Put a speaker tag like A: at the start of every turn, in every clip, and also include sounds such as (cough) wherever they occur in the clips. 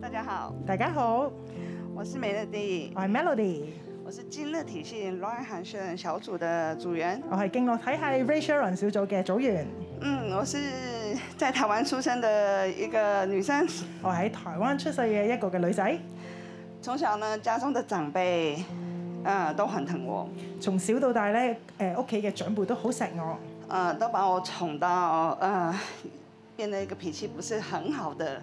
A: 大家好，
B: 大家好，
A: 我是美乐蒂，
B: 我係 Melody，
A: 我是金乐体系 l o n 韩学人小组的组员。
B: 我係敬樂體系 Ray Sharon 小組嘅組員，
A: 嗯，我是在台湾出生的一个女生，
B: 我喺台灣出世嘅一個嘅女仔，
A: 从小呢，家中的长辈，呃，都很疼我，
B: 從小到大咧，誒屋企嘅長輩都好錫我，
A: 呃，都把我宠到，呃，变得一个脾气不是很好的，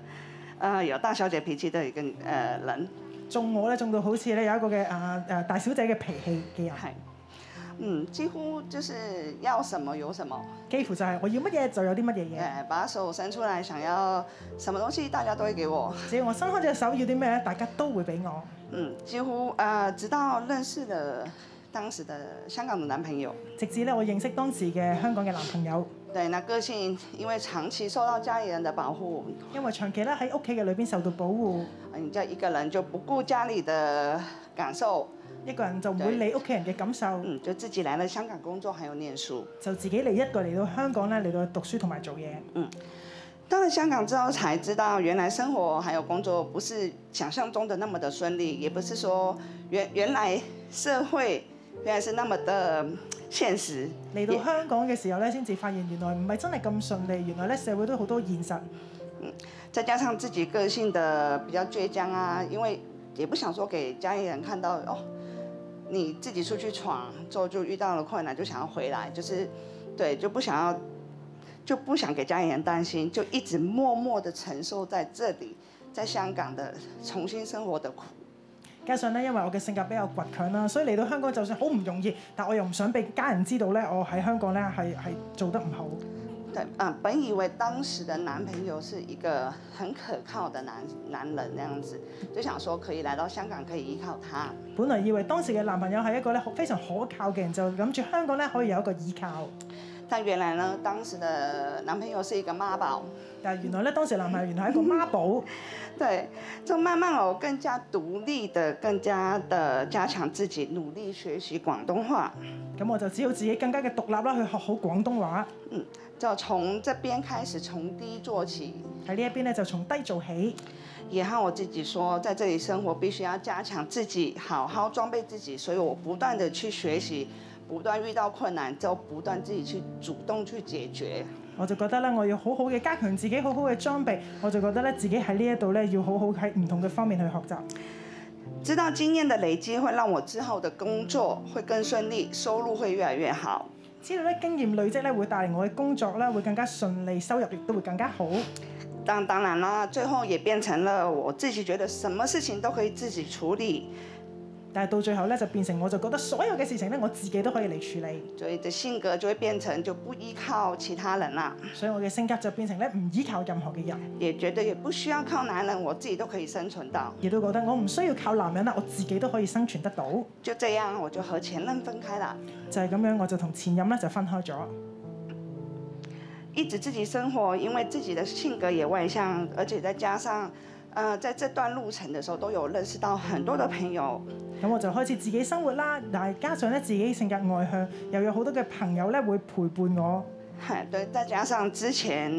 A: 呃，有大小姐脾气的一个呃人。
B: 縱我咧縱到好似咧有一個嘅啊啊大小姐嘅脾氣嘅人，
A: 嗨，嗯，几乎就是要什么有什么，
B: 幾乎就係我要乜嘢就有啲乜嘢嘢，
A: 呃，把手伸出来，想要什么东西，大家都会给我。
B: 只要我伸開隻手要啲咩咧，大家都會俾我。
A: 嗯，几乎呃，直到认识了当时的香港的男朋友，
B: 直至咧我認識當時嘅香港嘅男朋友，
A: 对，那个性因为长期受到家里人的保护，
B: 因為長期咧喺屋企嘅裏邊受到保護，
A: 呃你这一个人就不顾家里的感受，
B: 一個人就唔會理屋企人嘅感受，
A: 嗯，就自己来了香港工作还有念书。
B: 就自己嚟一個嚟到香港咧嚟到讀書同埋做嘢。
A: 到了香港之后才知道，原来生活还有工作不是想象中的那么的顺利，也不是说原原来社会原来是那么的嗯现实。
B: 嚟到香港嘅時候咧，先至發現原來唔係真係咁順利，原來咧社會都好多現實，
A: 再加上自己个性的比较倔强啊，因为也不想说给家里人看到哦，你自己出去闯之后就遇到了困难，就想要回来，就是对，就不想要，就不想给家里人担心，就一直默默的承受在这里，在香港的重新生活的苦。
B: 加上咧因為我嘅性格比較倔強啦，所以嚟到香港就算好唔容易，但我又唔想俾家人知道咧，我喺香港咧係係做得唔好。
A: 对，嗯、本以为当时的男朋友是一个很可靠的男男人那样子，就想说可以来到香港可以依靠他，
B: 本來以為當時嘅男朋友係一個咧非常可靠嘅人，就諗住香港咧可以有一個依靠，
A: 但原来呢，当时的男朋友是一个妈宝。
B: 但係原來咧當時男朋友原來係一個媽寶，
A: 对，就慢慢我更加独立的，更加的加强自己，努力学习广东话。
B: 咁我就只好自己更加嘅獨立啦，去學好廣東話。
A: 就从这边开始，从低做起，
B: 喺呢一邊咧就從低做起，
A: 也和我自己说，在这里生活必须要加强自己，好好装备自己。所以我不断的去学习，不断遇到困难之后，不断自己去主动去解决。
B: 我就覺得咧我要好好嘅加強自己，好好嘅裝備，我就覺得咧自己喺呢一度咧要好好喺唔同嘅方面去學習。
A: 知道经验的累积会让我之后的工作会更顺利，收入会越来越好。
B: 知道咧經驗累積咧會帶嚟我嘅工作咧會更加順利，收入亦都會更加好。
A: 但当然啦，最后也变成了我自己觉得什么事情都可以自己处理，
B: 但係到最後咧就變成我就覺得所有嘅事情咧我自己都可以嚟處理，
A: 所以的性格就会变成就不依靠其他人啦，
B: 所以我嘅性格就變成咧唔依靠任何嘅人，
A: 也觉得也不需要靠男人，我自己都可以生存到。
B: 亦都覺得我唔需要靠男人啦，我自己都可以生存得到。
A: 就这样，我就和前任分开了，
B: 就係咁樣，我就同前任咧就分開咗。
A: 一直自己生活，因为自己的性格也外向，而且再加上。呃，在这段路程的时候，都有认识到很多的朋友，
B: 咁我就開始自己生活啦，但係加上咧自己性格外向，又有好多嘅朋友咧會陪伴我。
A: 嗨对，再加上之前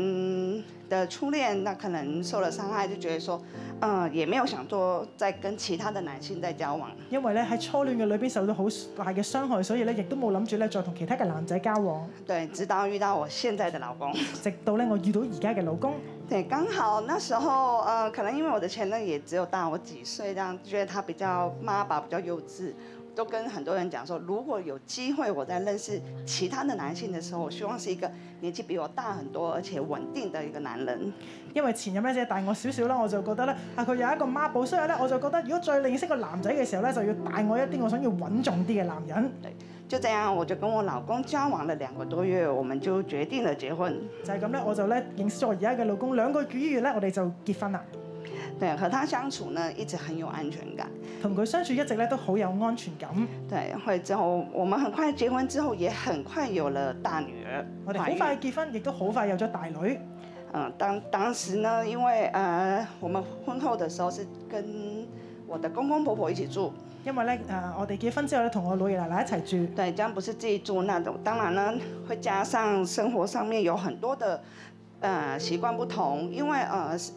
A: 的初恋，那可能受了伤害，就觉得说，嗯、也没有想说再跟其他的男性再交往，
B: 因為咧喺初戀嘅裏邊受到好大嘅傷害，所以咧亦都冇諗住咧再同其他嘅男仔交往。
A: 对，直到遇到我现在的老公，
B: 直到咧我遇到而家嘅老公，
A: 对，刚好那时候，呃，可能因为我的前任也只有大我几岁，这样觉得他比较妈宝，比较幼稚，都跟很多人讲说，如果有机会我在认识其他的男性的时候，我希望是一个年纪比我大很多而且稳定的一个男人。
B: 因為前任咧只係大我少少啦，我就覺得咧啊佢有一個媽寶，所以咧我就覺得如果再認識個男仔嘅時候咧，就要大我一啲，我想要穩重啲嘅男人。
A: 就这样，我就跟我老公交往了两个多月，我们就决定了结婚。
B: 就係咁咧，我就咧認識咗我而家嘅老公兩個幾月咧，我哋就結婚啦。
A: 对，和他相处呢，一直很有安全感。
B: 同佢相處一直咧都好有安全感，
A: 对，会之后我们很快结婚之后，也很快有了大女儿。
B: 我哋
A: 怀
B: 好
A: 孕
B: 快結婚，亦都好快有咗大女。
A: 嗯，当当时呢，因为呃，我们婚后的时候是跟我的公公婆婆一起住，
B: 因為咧誒、呃我哋結婚之後咧，同我老爺奶奶一齊住，
A: 对，这样不是自己住那种。当然呢，会加上生活上面有很多的呃习惯不同，因为呃。是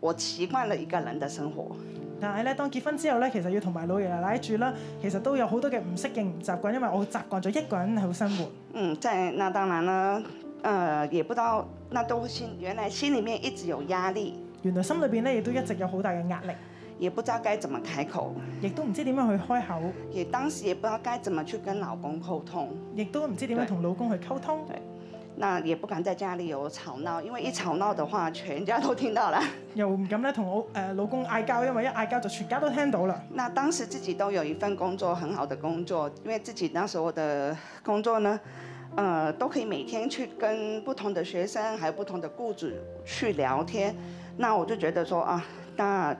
A: 我习惯了一个人的生活。
B: 但係咧，當結婚之後咧，其實要同埋老爺奶奶住啦，其實都有好多嘅唔適應、唔習慣，因為我習慣咗一個人喺度生活。
A: 嗯，在那当然呢，呃，也不知道那都心原来心里面一直有压力，
B: 原來心裏邊咧亦都一直有好大嘅壓力，
A: 也不知道该怎么开口，
B: 亦都唔知點樣去開口，
A: 也当时也不知道该怎么去跟老公沟通，
B: 亦都唔知點樣同老公去溝通，
A: 那也不敢在家里有吵闹，因为一吵闹的话，全家都听到了。
B: 又唔敢咧同我誒、呃老公嗌交，因為一嗌交就全家都聽到啦。
A: 那当时自己都有一份工作，很好的工作，因为自己那时候的工作呢，呃，都可以每天去跟不同的学生还有不同的雇主去聊天。那我就觉得说啊，那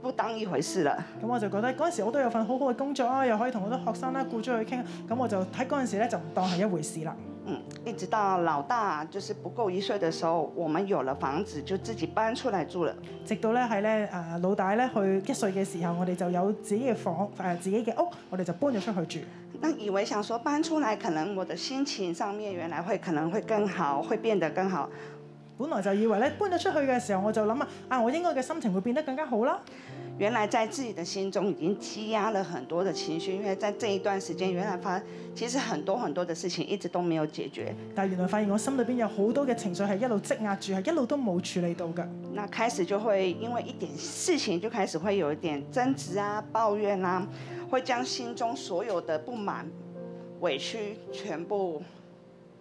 A: 不当一回事了。
B: 咁我就覺得嗰陣時我都有份好好嘅工作啊，又可以同好多學生啦、僱主去傾，咁我就喺嗰陣時咧就唔當係一回事啦。
A: 嗯，一直到老大就是不够一岁的时候，我们有了房子，就自己搬出来住了。
B: 直到咧係咧誒呃老大咧去一歲嘅時候，我哋就有自己嘅房誒、呃自己嘅屋，我哋就搬咗出去住。
A: 那以为想说搬出来，可能我的心情上面原来会可能会更好，会变得更好。
B: 本來就以為咧搬咗出去嘅時候，我就諗啊，啊我應該嘅心情會變得更加好啦。
A: 原来在自己的心中已经积压了很多的情绪，因为在这一段时间，原来发其实很多很多的事情一直都没有解决。
B: 但係原來發現我心裏邊有好多嘅情緒係一路積壓住，係一路都冇處理到嘅。
A: 那开始就会因为一点事情就开始会有一点争执啊、抱怨啊，会将心中所有的不满、委屈全部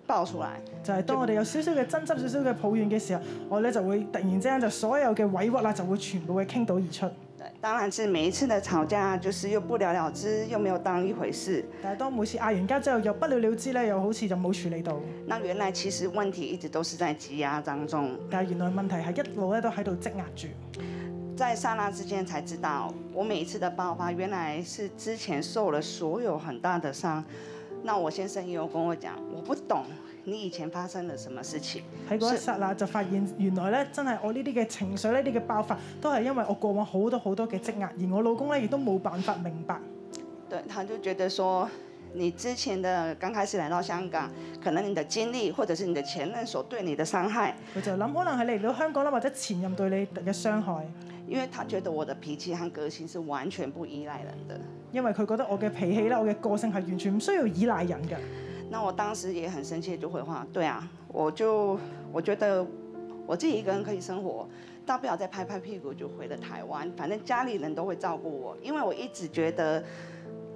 A: 爆出来。
B: 就係、當我哋有少少嘅爭執、少少嘅抱怨嘅時候，我咧就會突然之間就所有嘅委屈啦，就會全部嘅傾倒而出。
A: 对当然是每一次的吵架就是又不了了之，又没有当一回事。
B: 但係當每次嗌完交之後又不了了之咧，又好似就冇處理到。
A: 那原来其实问题一直都是在积压当中。
B: 但係原來問題係一路咧都喺度積壓住。
A: 在刹那之间才知道，我每一次的爆发，原来是之前受了所有很大的伤。那我先生也有跟我讲，我不懂你以前发生了什么事情。
B: 喺嗰一剎那就發現，原來咧真係我呢啲嘅情緒呢啲嘅爆發，都係因為我過往好多好多嘅積壓，而我老公咧亦都冇辦法明白。
A: 对，他就觉得说，你之前的刚开始来到香港，可能你的经历或者是你的前任所对你的伤害，
B: 佢就諗，可能係你嚟到香港啦，或者前任對你嘅傷害，
A: 因为他觉得我的脾氣和个性是完全不依赖人的。
B: 因為佢覺得我嘅脾氣啦，我嘅個性係完全唔需要依賴人嘅。
A: 那我当时也很生气，就回话：对啊，我就我觉得我自己一个人可以生活，大不了再拍拍屁股就回了台湾，反正家里人都会照顾我，因为我一直觉得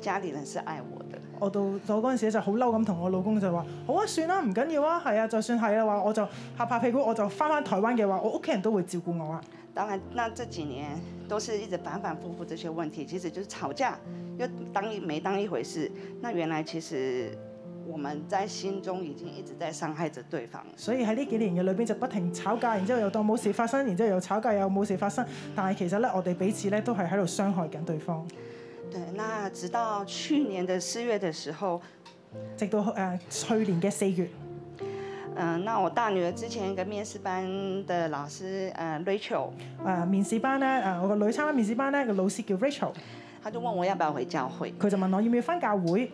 A: 家里人是爱我的。
B: 我到我嗰陣時就好嬲咁同我老公就話：好啊，算啦，唔緊要啊，係啊，就算係啦話，我就拍拍屁股，我就翻返台灣嘅話，我屋企人都會照顧我啊。
A: 当然，那这几年都是一直反反复复这些问题，其实就是吵架，又当一没当一回事。那原来其实我们在心中已经一直在伤害着对方。
B: 所以喺呢幾年嘅裏邊就不停吵架，然之後又當冇事發生，然之後又吵架又冇事發生。但係其實咧，我哋彼此咧都係喺度傷害緊對方。
A: 对，那直到去年的四月的时候，
B: 直到誒、呃去年嘅四月，
A: 嗯，那我大女儿之前一个面试班的老师，呃，Rachel，
B: 誒、面試班咧，誒、我個女參加面試班咧個老師叫 Rachel，
A: 她就问我要不要回教会。
B: 佢就問我要唔要翻教會。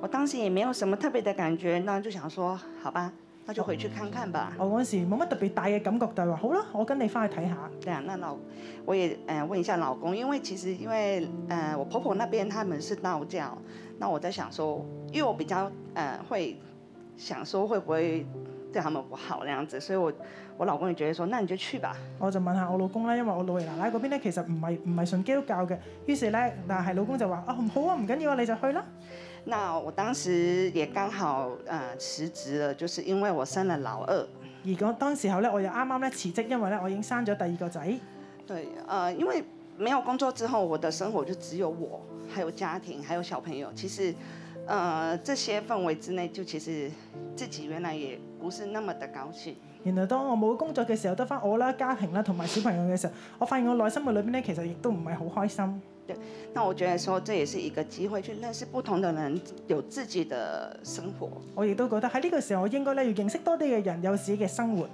A: 我当时也没有什么特别的感觉，那就想说，好吧，那就回去看看吧。
B: 我嗰陣時冇乜特別大嘅感覺，但係話好啦，我跟你翻去睇下。
A: 对啊，那老我也呃问一下老公，因为其实因为呃我婆婆那边他们是道教，那我在想说，因为我比较呃会想说会不会对他们不好那样子，所以我我老公也觉得说，那你就去吧。
B: 我就問下我老公啦，因為我老爺奶奶嗰邊咧其實唔係唔係信基督教嘅，於是咧，但係老公就話啊好啊，唔緊要啊，你就去啦。
A: 那我当时也刚好呃辞职了，就是因为我生了老二。
B: 而嗰當時候咧，我又啱啱咧辭職，因為咧我已經生咗第二個仔。
A: 对，呃，因为没有工作之后，我的生活就只有我，还有家庭，还有小朋友。其实，呃，这些氛围之内，就其实自己原来也不是那么的高兴。
B: 原來當我冇工作嘅時候，得翻我啦、家庭啦同埋小朋友嘅時候，我發現我內心嘅裏邊咧，其實亦都唔係好開心。
A: 那我觉得说，这也是一个机会，去认识不同的人，有自己的生活。
B: 我亦都覺得喺呢個時候，我應該咧要認識多啲嘅人，有自己嘅生活。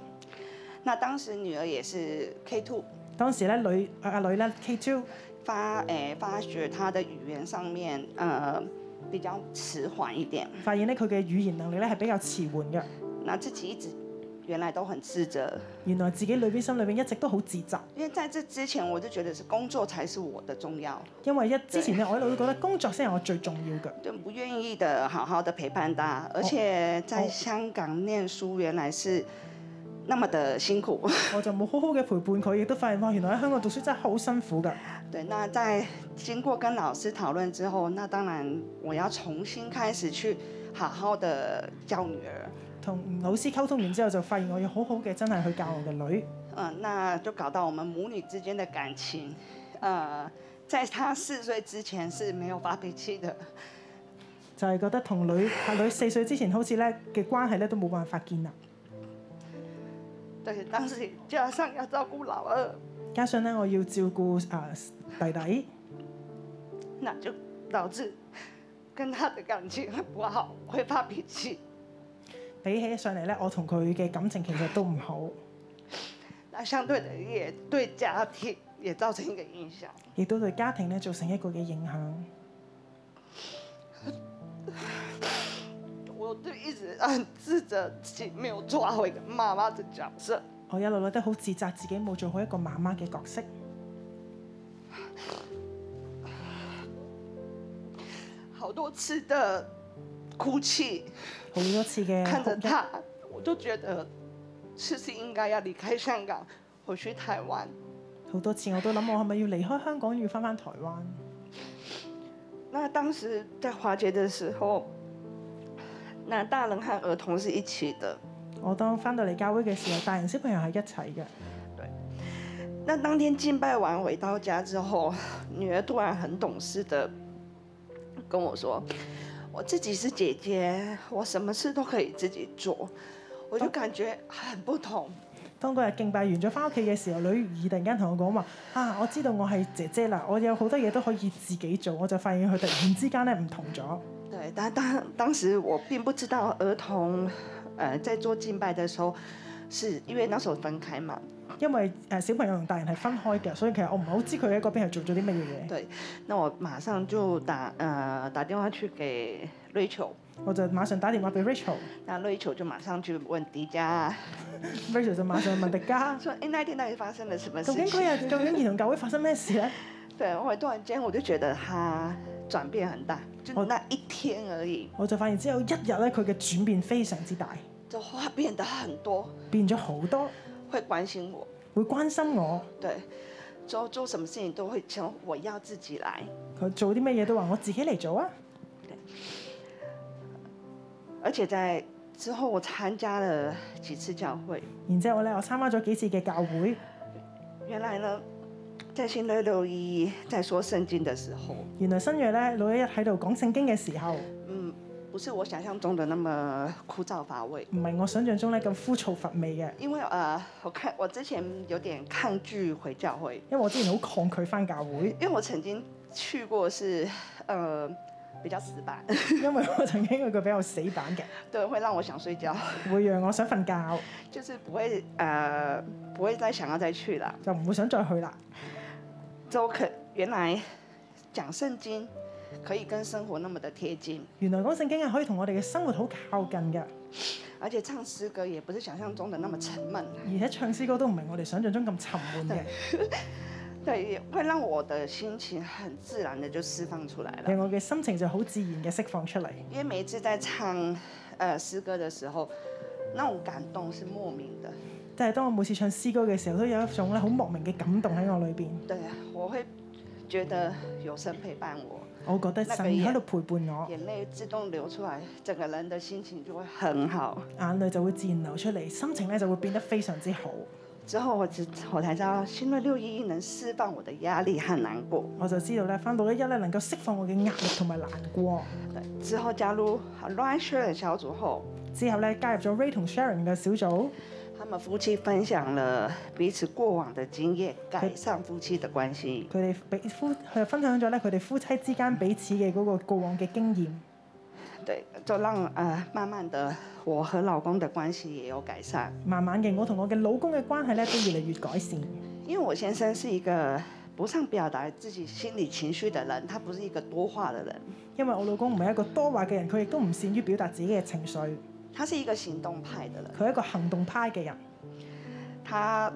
A: 那当时女儿也是 K two
B: 當時咧女啊阿女咧 K two，
A: 发，诶、发觉她的语言上面，呃，比较迟缓一点。
B: 發現咧佢嘅語言能力咧係比較遲緩嘅。
A: 那自己一直原来都很自责，
B: 原來自己裏邊心裏邊一直都好自責，
A: 因为在这之前我就觉得是工作才是我的重要，
B: 因為一之前咧我一路都覺得工作先係我最重要嘅。
A: 就不愿意的好好的陪伴他，而且在香港念书原来是那么的辛苦。 (laughs)
B: 我就冇好好嘅陪伴佢，亦都發現哇，原來喺香港讀書真係好辛苦㗎。
A: 对，那在经过跟老师讨论之后，那当然我要重新开始去好好的教女儿。
B: 同老師溝通完之後，就發現我要好好嘅真係去教我嘅女。
A: 嗯，那就搞到我们母女之间的感情，呃，在她四岁之前是没有发脾气的，
B: 就係覺得同女阿女四歲之前好似咧嘅關係咧都冇辦法建立，
A: 对，当时加上要照顾老二，
B: 加上咧我要照顧啊弟弟，
A: 那就导致跟她的感情很不好，会发脾气。
B: 比起上嚟咧，我同佢嘅感情其實都唔好，
A: 那相对的也对家庭也造成一个影响。
B: 亦都對家庭咧造成一個嘅影響。
A: 我就一直很自责自己没有抓好一个妈妈的角色。
B: 我一路咧都好自責自己冇做好一個媽媽嘅角色。
A: 好多次的哭泣，
B: 好多次
A: (laughs)
B: 嘅
A: 看着
B: 哭泣
A: 他，我就觉得是不是应该要离开香港，回去台湾？
B: 好多次我都諗我係咪要離開香港，要翻翻台灣？
A: 那当时在华杰的时候，那大人和儿童是一起的。
B: 我當翻到嚟教會嘅時候，大人小朋友係一齊嘅。
A: 那当天敬拜完回到家之后，女儿突然很懂事的跟我说：“我自己是姐姐，我什么事都可以自己做。”我就感觉很不同。
B: 當嗰日敬拜完咗翻屋企嘅時候，女兒突然間同我講話：啊，我知道我係姐姐啦，我有好多嘢都可以自己做。我就發現佢突然之間咧唔同咗。
A: 对，但当当时我并不知道儿童，呃，在做敬拜的时候，是因为那时候分开嘛。
B: 因為誒、呃小朋友同大人係分開嘅，所以其實我唔係好知佢喺嗰邊係做咗啲乜嘢嘢。
A: 对，那我马上就打呃打电话去给 Rachel，
B: 我就馬上打電話俾 Rachel，Rachel
A: 那 Rachel 就马上去问迪迦，
B: 就馬上問迪
A: (laughs)
B: 嘉
A: 说：“哎，那天到底发生了什么事
B: 究
A: 情
B: 竟？”佢日究竟兒童教會發生咩事咧？
A: 对，我突然间我就觉得他转变很大，就
B: 哦
A: 那一天而已，
B: 我就發現之後一日咧，佢嘅轉變非常之大，
A: 就话变得很多，
B: 變咗好多，
A: 会关心我，
B: 會關心我，
A: 对，做做什么事情都会讲我要自己来，
B: 佢做啲乜嘢都話我自己嚟做啊！
A: 而且在之后我参加了几次教会，
B: 然之後咧，我參加咗幾次嘅教會。
A: 原来呢，在新六六一在说圣经的时候，
B: 原來新約咧，老一日喺度講聖經嘅時候，
A: 嗯，不是我想象中的那么枯燥乏味。
B: 唔係我想象中咧咁枯燥乏味嘅，
A: 因为呃，我看我之前有点抗拒回教会，
B: 因為我之前好抗拒翻教
A: (laughs)
B: 會，
A: 因为我曾经去过是呃比较死板， (laughs)
B: 因為我曾經去過比較死板嘅，
A: 对，会让我想睡觉，
B: 會讓我想瞓覺，
A: 就是不会呃不会再想要再去了。
B: 就唔會想再去啦。
A: 周可原来讲圣经可以跟生活那么的贴近，
B: 原來講聖經係可以同我哋嘅生活好靠近嘅，
A: 而且唱诗歌也不是想象中的那么沉闷，
B: 而且唱詩歌都唔係我哋想象中咁沉悶嘅，
A: 对，也会让我的心情很自然的就释放出来了。
B: 令我嘅心情就好自然嘅釋放出嚟。
A: 因为每一次在唱呃诗歌的时候，那种感动是莫名的。
B: 就係當我每次唱詩歌嘅時候，都有一種咧好莫名嘅感動喺我裏邊，
A: 对，啊我会觉得有神陪伴我，
B: 我覺得神喺度陪伴我，
A: 眼泪自动流出来，整个人的心情就会很好。
B: 眼淚就會自然流出嚟，心情咧就會變得非常之好。
A: 之后我只我才知道，新锐六一一能释放我的压力和难过。
B: 我就知道咧，翻到一一咧能夠釋放我嘅壓力同埋難過。
A: 对之后加入 Ryan Sharon 小组后，
B: 之後咧加入咗 Ray 同 Sharon 嘅小組，
A: 他们夫妻分享了彼此过往的经验，改善夫妻的关系。
B: 佢哋俾夫佢就分享咗咧佢哋夫妻之間彼此嘅嗰個過往嘅經驗，
A: 对，就让呃慢慢的我和老公的关系也有改善，
B: 慢慢嘅我同我嘅老公嘅關係咧都越嚟越改善。
A: 因为我先生是一个。不善表达自己心理情绪的人，他不是一个多话的人。
B: 因為我老公唔係一個多話嘅人，佢亦都唔善於表達自己嘅情緒，
A: 他是一个行动派的人，
B: 佢係一個行動派嘅人，
A: 他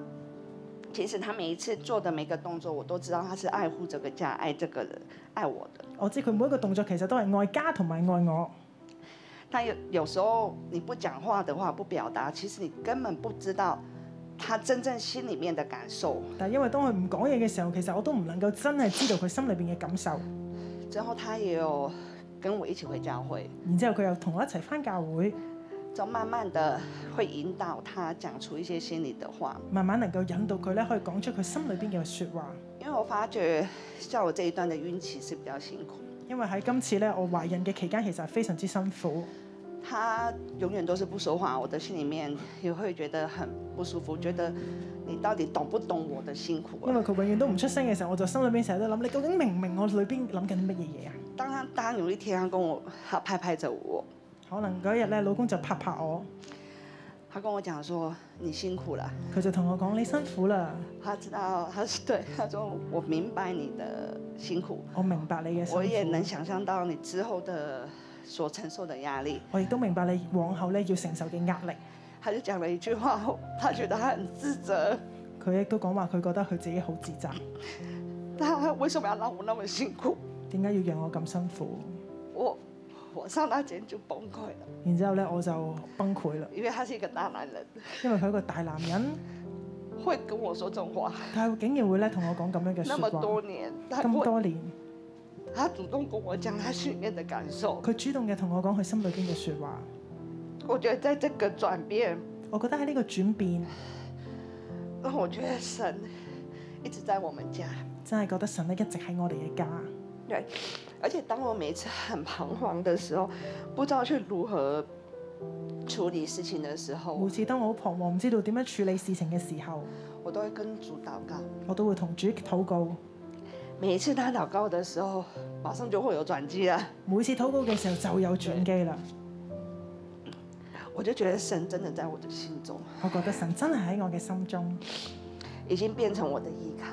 A: 其实他每一次做的每个动作，我都知道他是爱护这个家、爱这个人、爱我的。
B: 我知佢每一個動作其實都係愛家同埋愛我。
A: 他有有时候你不讲话的话，不表达，其实你根本不知道他真正心里面的感受。
B: 但係因為當佢唔講嘢嘅時候，其實我都唔能夠真係知道佢心裏邊嘅感受。
A: 之后他也有跟我一起回教会，
B: 然之後佢又同我一齊翻教會，
A: 就慢慢的会引导他讲出一些心里的话。
B: 慢慢能夠引導佢咧，可以講出佢心裏邊嘅説話。
A: 因为我发觉像我这一段的孕期是比较辛苦，
B: 因為喺今次咧，我懷孕嘅期間其實係非常之辛苦。
A: 他永远都是不说话，我的心里面也会觉得很不舒服，觉得你到底懂不懂我的辛苦、
B: 因
A: 啊？
B: 為佢永遠都唔出聲嘅時候，我就心裏邊成日都諗：你究竟明唔明我裏邊諗緊啲乜嘢嘢啊？
A: 当他当有一天他跟我他拍拍着我，
B: 可能嗰一日咧，老公就拍拍我，
A: 他跟我讲说你辛苦了，
B: 佢就同我講：你辛苦啦，
A: 他知道他是对，他说我明白你的辛苦，
B: 我明白你嘅
A: 我也
B: 辛
A: 能
B: 苦，
A: 想象到你之后的所承受的压力。
B: 我亦都明白你往後咧要承受嘅壓力。
A: 他就讲了一句话，他觉得他很自责，
B: 佢亦都講話，佢覺得佢自己好自責，
A: 他为什么要让我那么辛苦？
B: 點解要讓我咁辛苦？
A: 我我刹那间就崩溃了，
B: 然之後咧，我就崩潰啦，
A: 因为他是一个大男人，
B: 因為佢係一個大男人，
A: 会跟我说这种话。
B: 但係竟然會咧同我講咁樣嘅
A: 那么
B: 説話。
A: 多年，他跟
B: 咁
A: 我
B: 多年，
A: 他主动跟我讲他心里面的感受，
B: 佢主動嘅同我講佢心裏邊嘅説話。
A: 我觉得在这个转变，
B: 我覺得喺呢個轉變，
A: 让我觉得神一直在我们家。
B: 真係覺得神咧一直喺我哋嘅家。
A: 对，而且当我每次很彷徨的时候，不知道去如何处理事情的时候
B: 每，次當我好彷徨，唔知道點樣處理事情嘅時候，
A: 我都会跟主祷告。
B: 我都會同主禱告。
A: 每一次他祷告的时候，马上就会有转机了。
B: 每次禱告嘅時候就有轉機啦。
A: 我就觉得神真的在我的心中，
B: 我覺得神真係喺我嘅心中，
A: 已经变成我的依靠。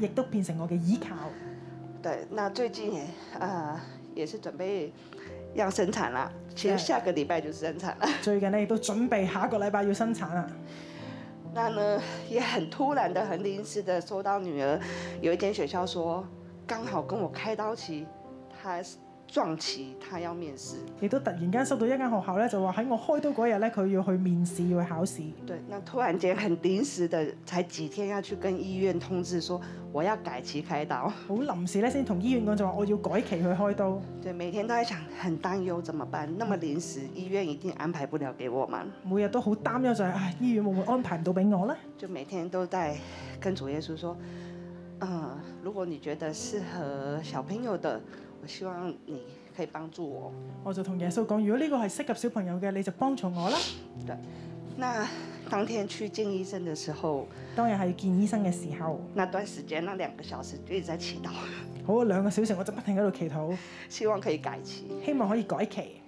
B: 亦亦都變成我嘅依靠。
A: 对，那最近也呃也是准备要生产啦，其实
B: 对
A: 下个礼拜就生产了。
B: 最近咧亦都準備下一個禮拜要生產啊啦。
A: 那呢也很突然的、很临时的收到女儿有一间学校说，刚好跟我开刀期，她撞期，她要面试。
B: 亦都突然間收到一間學校咧，就話喺我開刀嗰日咧，佢要去面試，要去考試。
A: 对，那突然间很临时的，才几天要去跟医院通知说我要改期开刀。
B: 好臨時咧，先同醫院講就話我要改期去開刀。
A: 对，每天都在想，很担忧怎么办？那么临时，医院一定安排不了给我们，
B: 每日都好擔憂就係、唉，醫院會唔會安排唔到俾我咧？
A: 就每天都在跟主耶穌说，嗯，如果你觉得适合小朋友的，我希望你可以帮助我。
B: 我就同耶穌講：如果呢個係適合小朋友嘅，你就幫助我啦。
A: 那当天去见医生的时候，
B: 當日係見醫生嘅時候，
A: 那段时间那兩個小時就一直在祈禱，
B: 好兩個小時我就不停喺度祈禱，
A: (laughs) 希望可以改期。
B: 希望可以改期。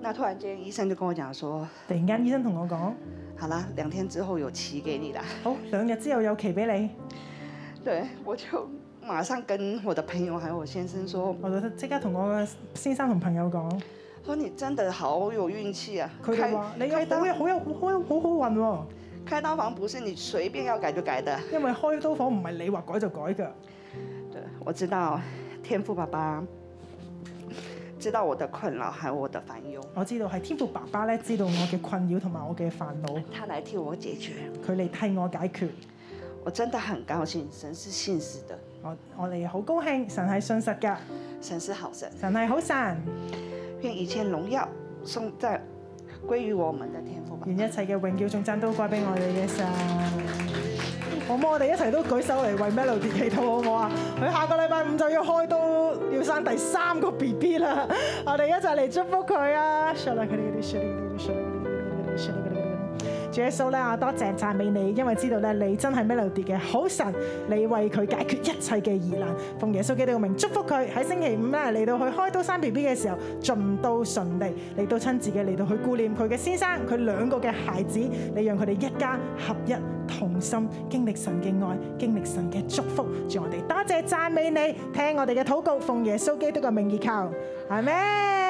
A: 那突然间医生就跟我讲说，
B: 突然間醫生同我講：
A: 好啦，兩天之後有期给你啦。 (laughs)
B: 好，兩日之後有期俾你。
A: 对，我就马上跟我的朋友还有我先生说，
B: 我就即刻同我嘅先生同朋友講，
A: 说你真的好有运气啊！
B: 佢哋話：你有
A: 開
B: 好
A: 刀
B: 有好有好有好好運喎、
A: 开刀房不是你随便要改就改的。
B: 因為開刀房唔係你話改就改㗎。
A: 对，我知道，天赋爸爸知道我的困扰还有我的烦忧，
B: 我知道係天父爸爸咧，知道我嘅困擾同埋我嘅煩惱，
A: 他来替我解决。
B: 佢嚟替我解決。
A: 我真的很高兴，神是信实的，
B: 我我哋好高興，神係信實㗎，
A: 神是好神，
B: 神係好神，
A: 愿一切荣耀颂赞归于我们的天赋爸
B: 願一切嘅榮耀仲讚都歸俾我哋嘅神。好唔好？我哋一齊都舉手嚟為 Melody 祈禱好唔好啊？佢下個禮拜五就要開刀，要生第三個 B B 啦！我哋一齊嚟祝福佢啊！主耶穌咧，我多謝讚美你，因為知道咧你真係 Melody 嘅好神，你為佢解決一切嘅疑難。奉耶穌基督嘅名祝福佢喺星期五咧嚟到去開刀生 B B 嘅時候，盡到順利，嚟到親自嘅嚟到去顧念佢嘅先生，佢兩個嘅孩子，你讓佢哋一家合一同心，經歷神嘅愛，經歷神嘅祝福。祝我哋多謝讚美你，聽我哋嘅禱告，奉耶穌基督嘅名而求，阿咩？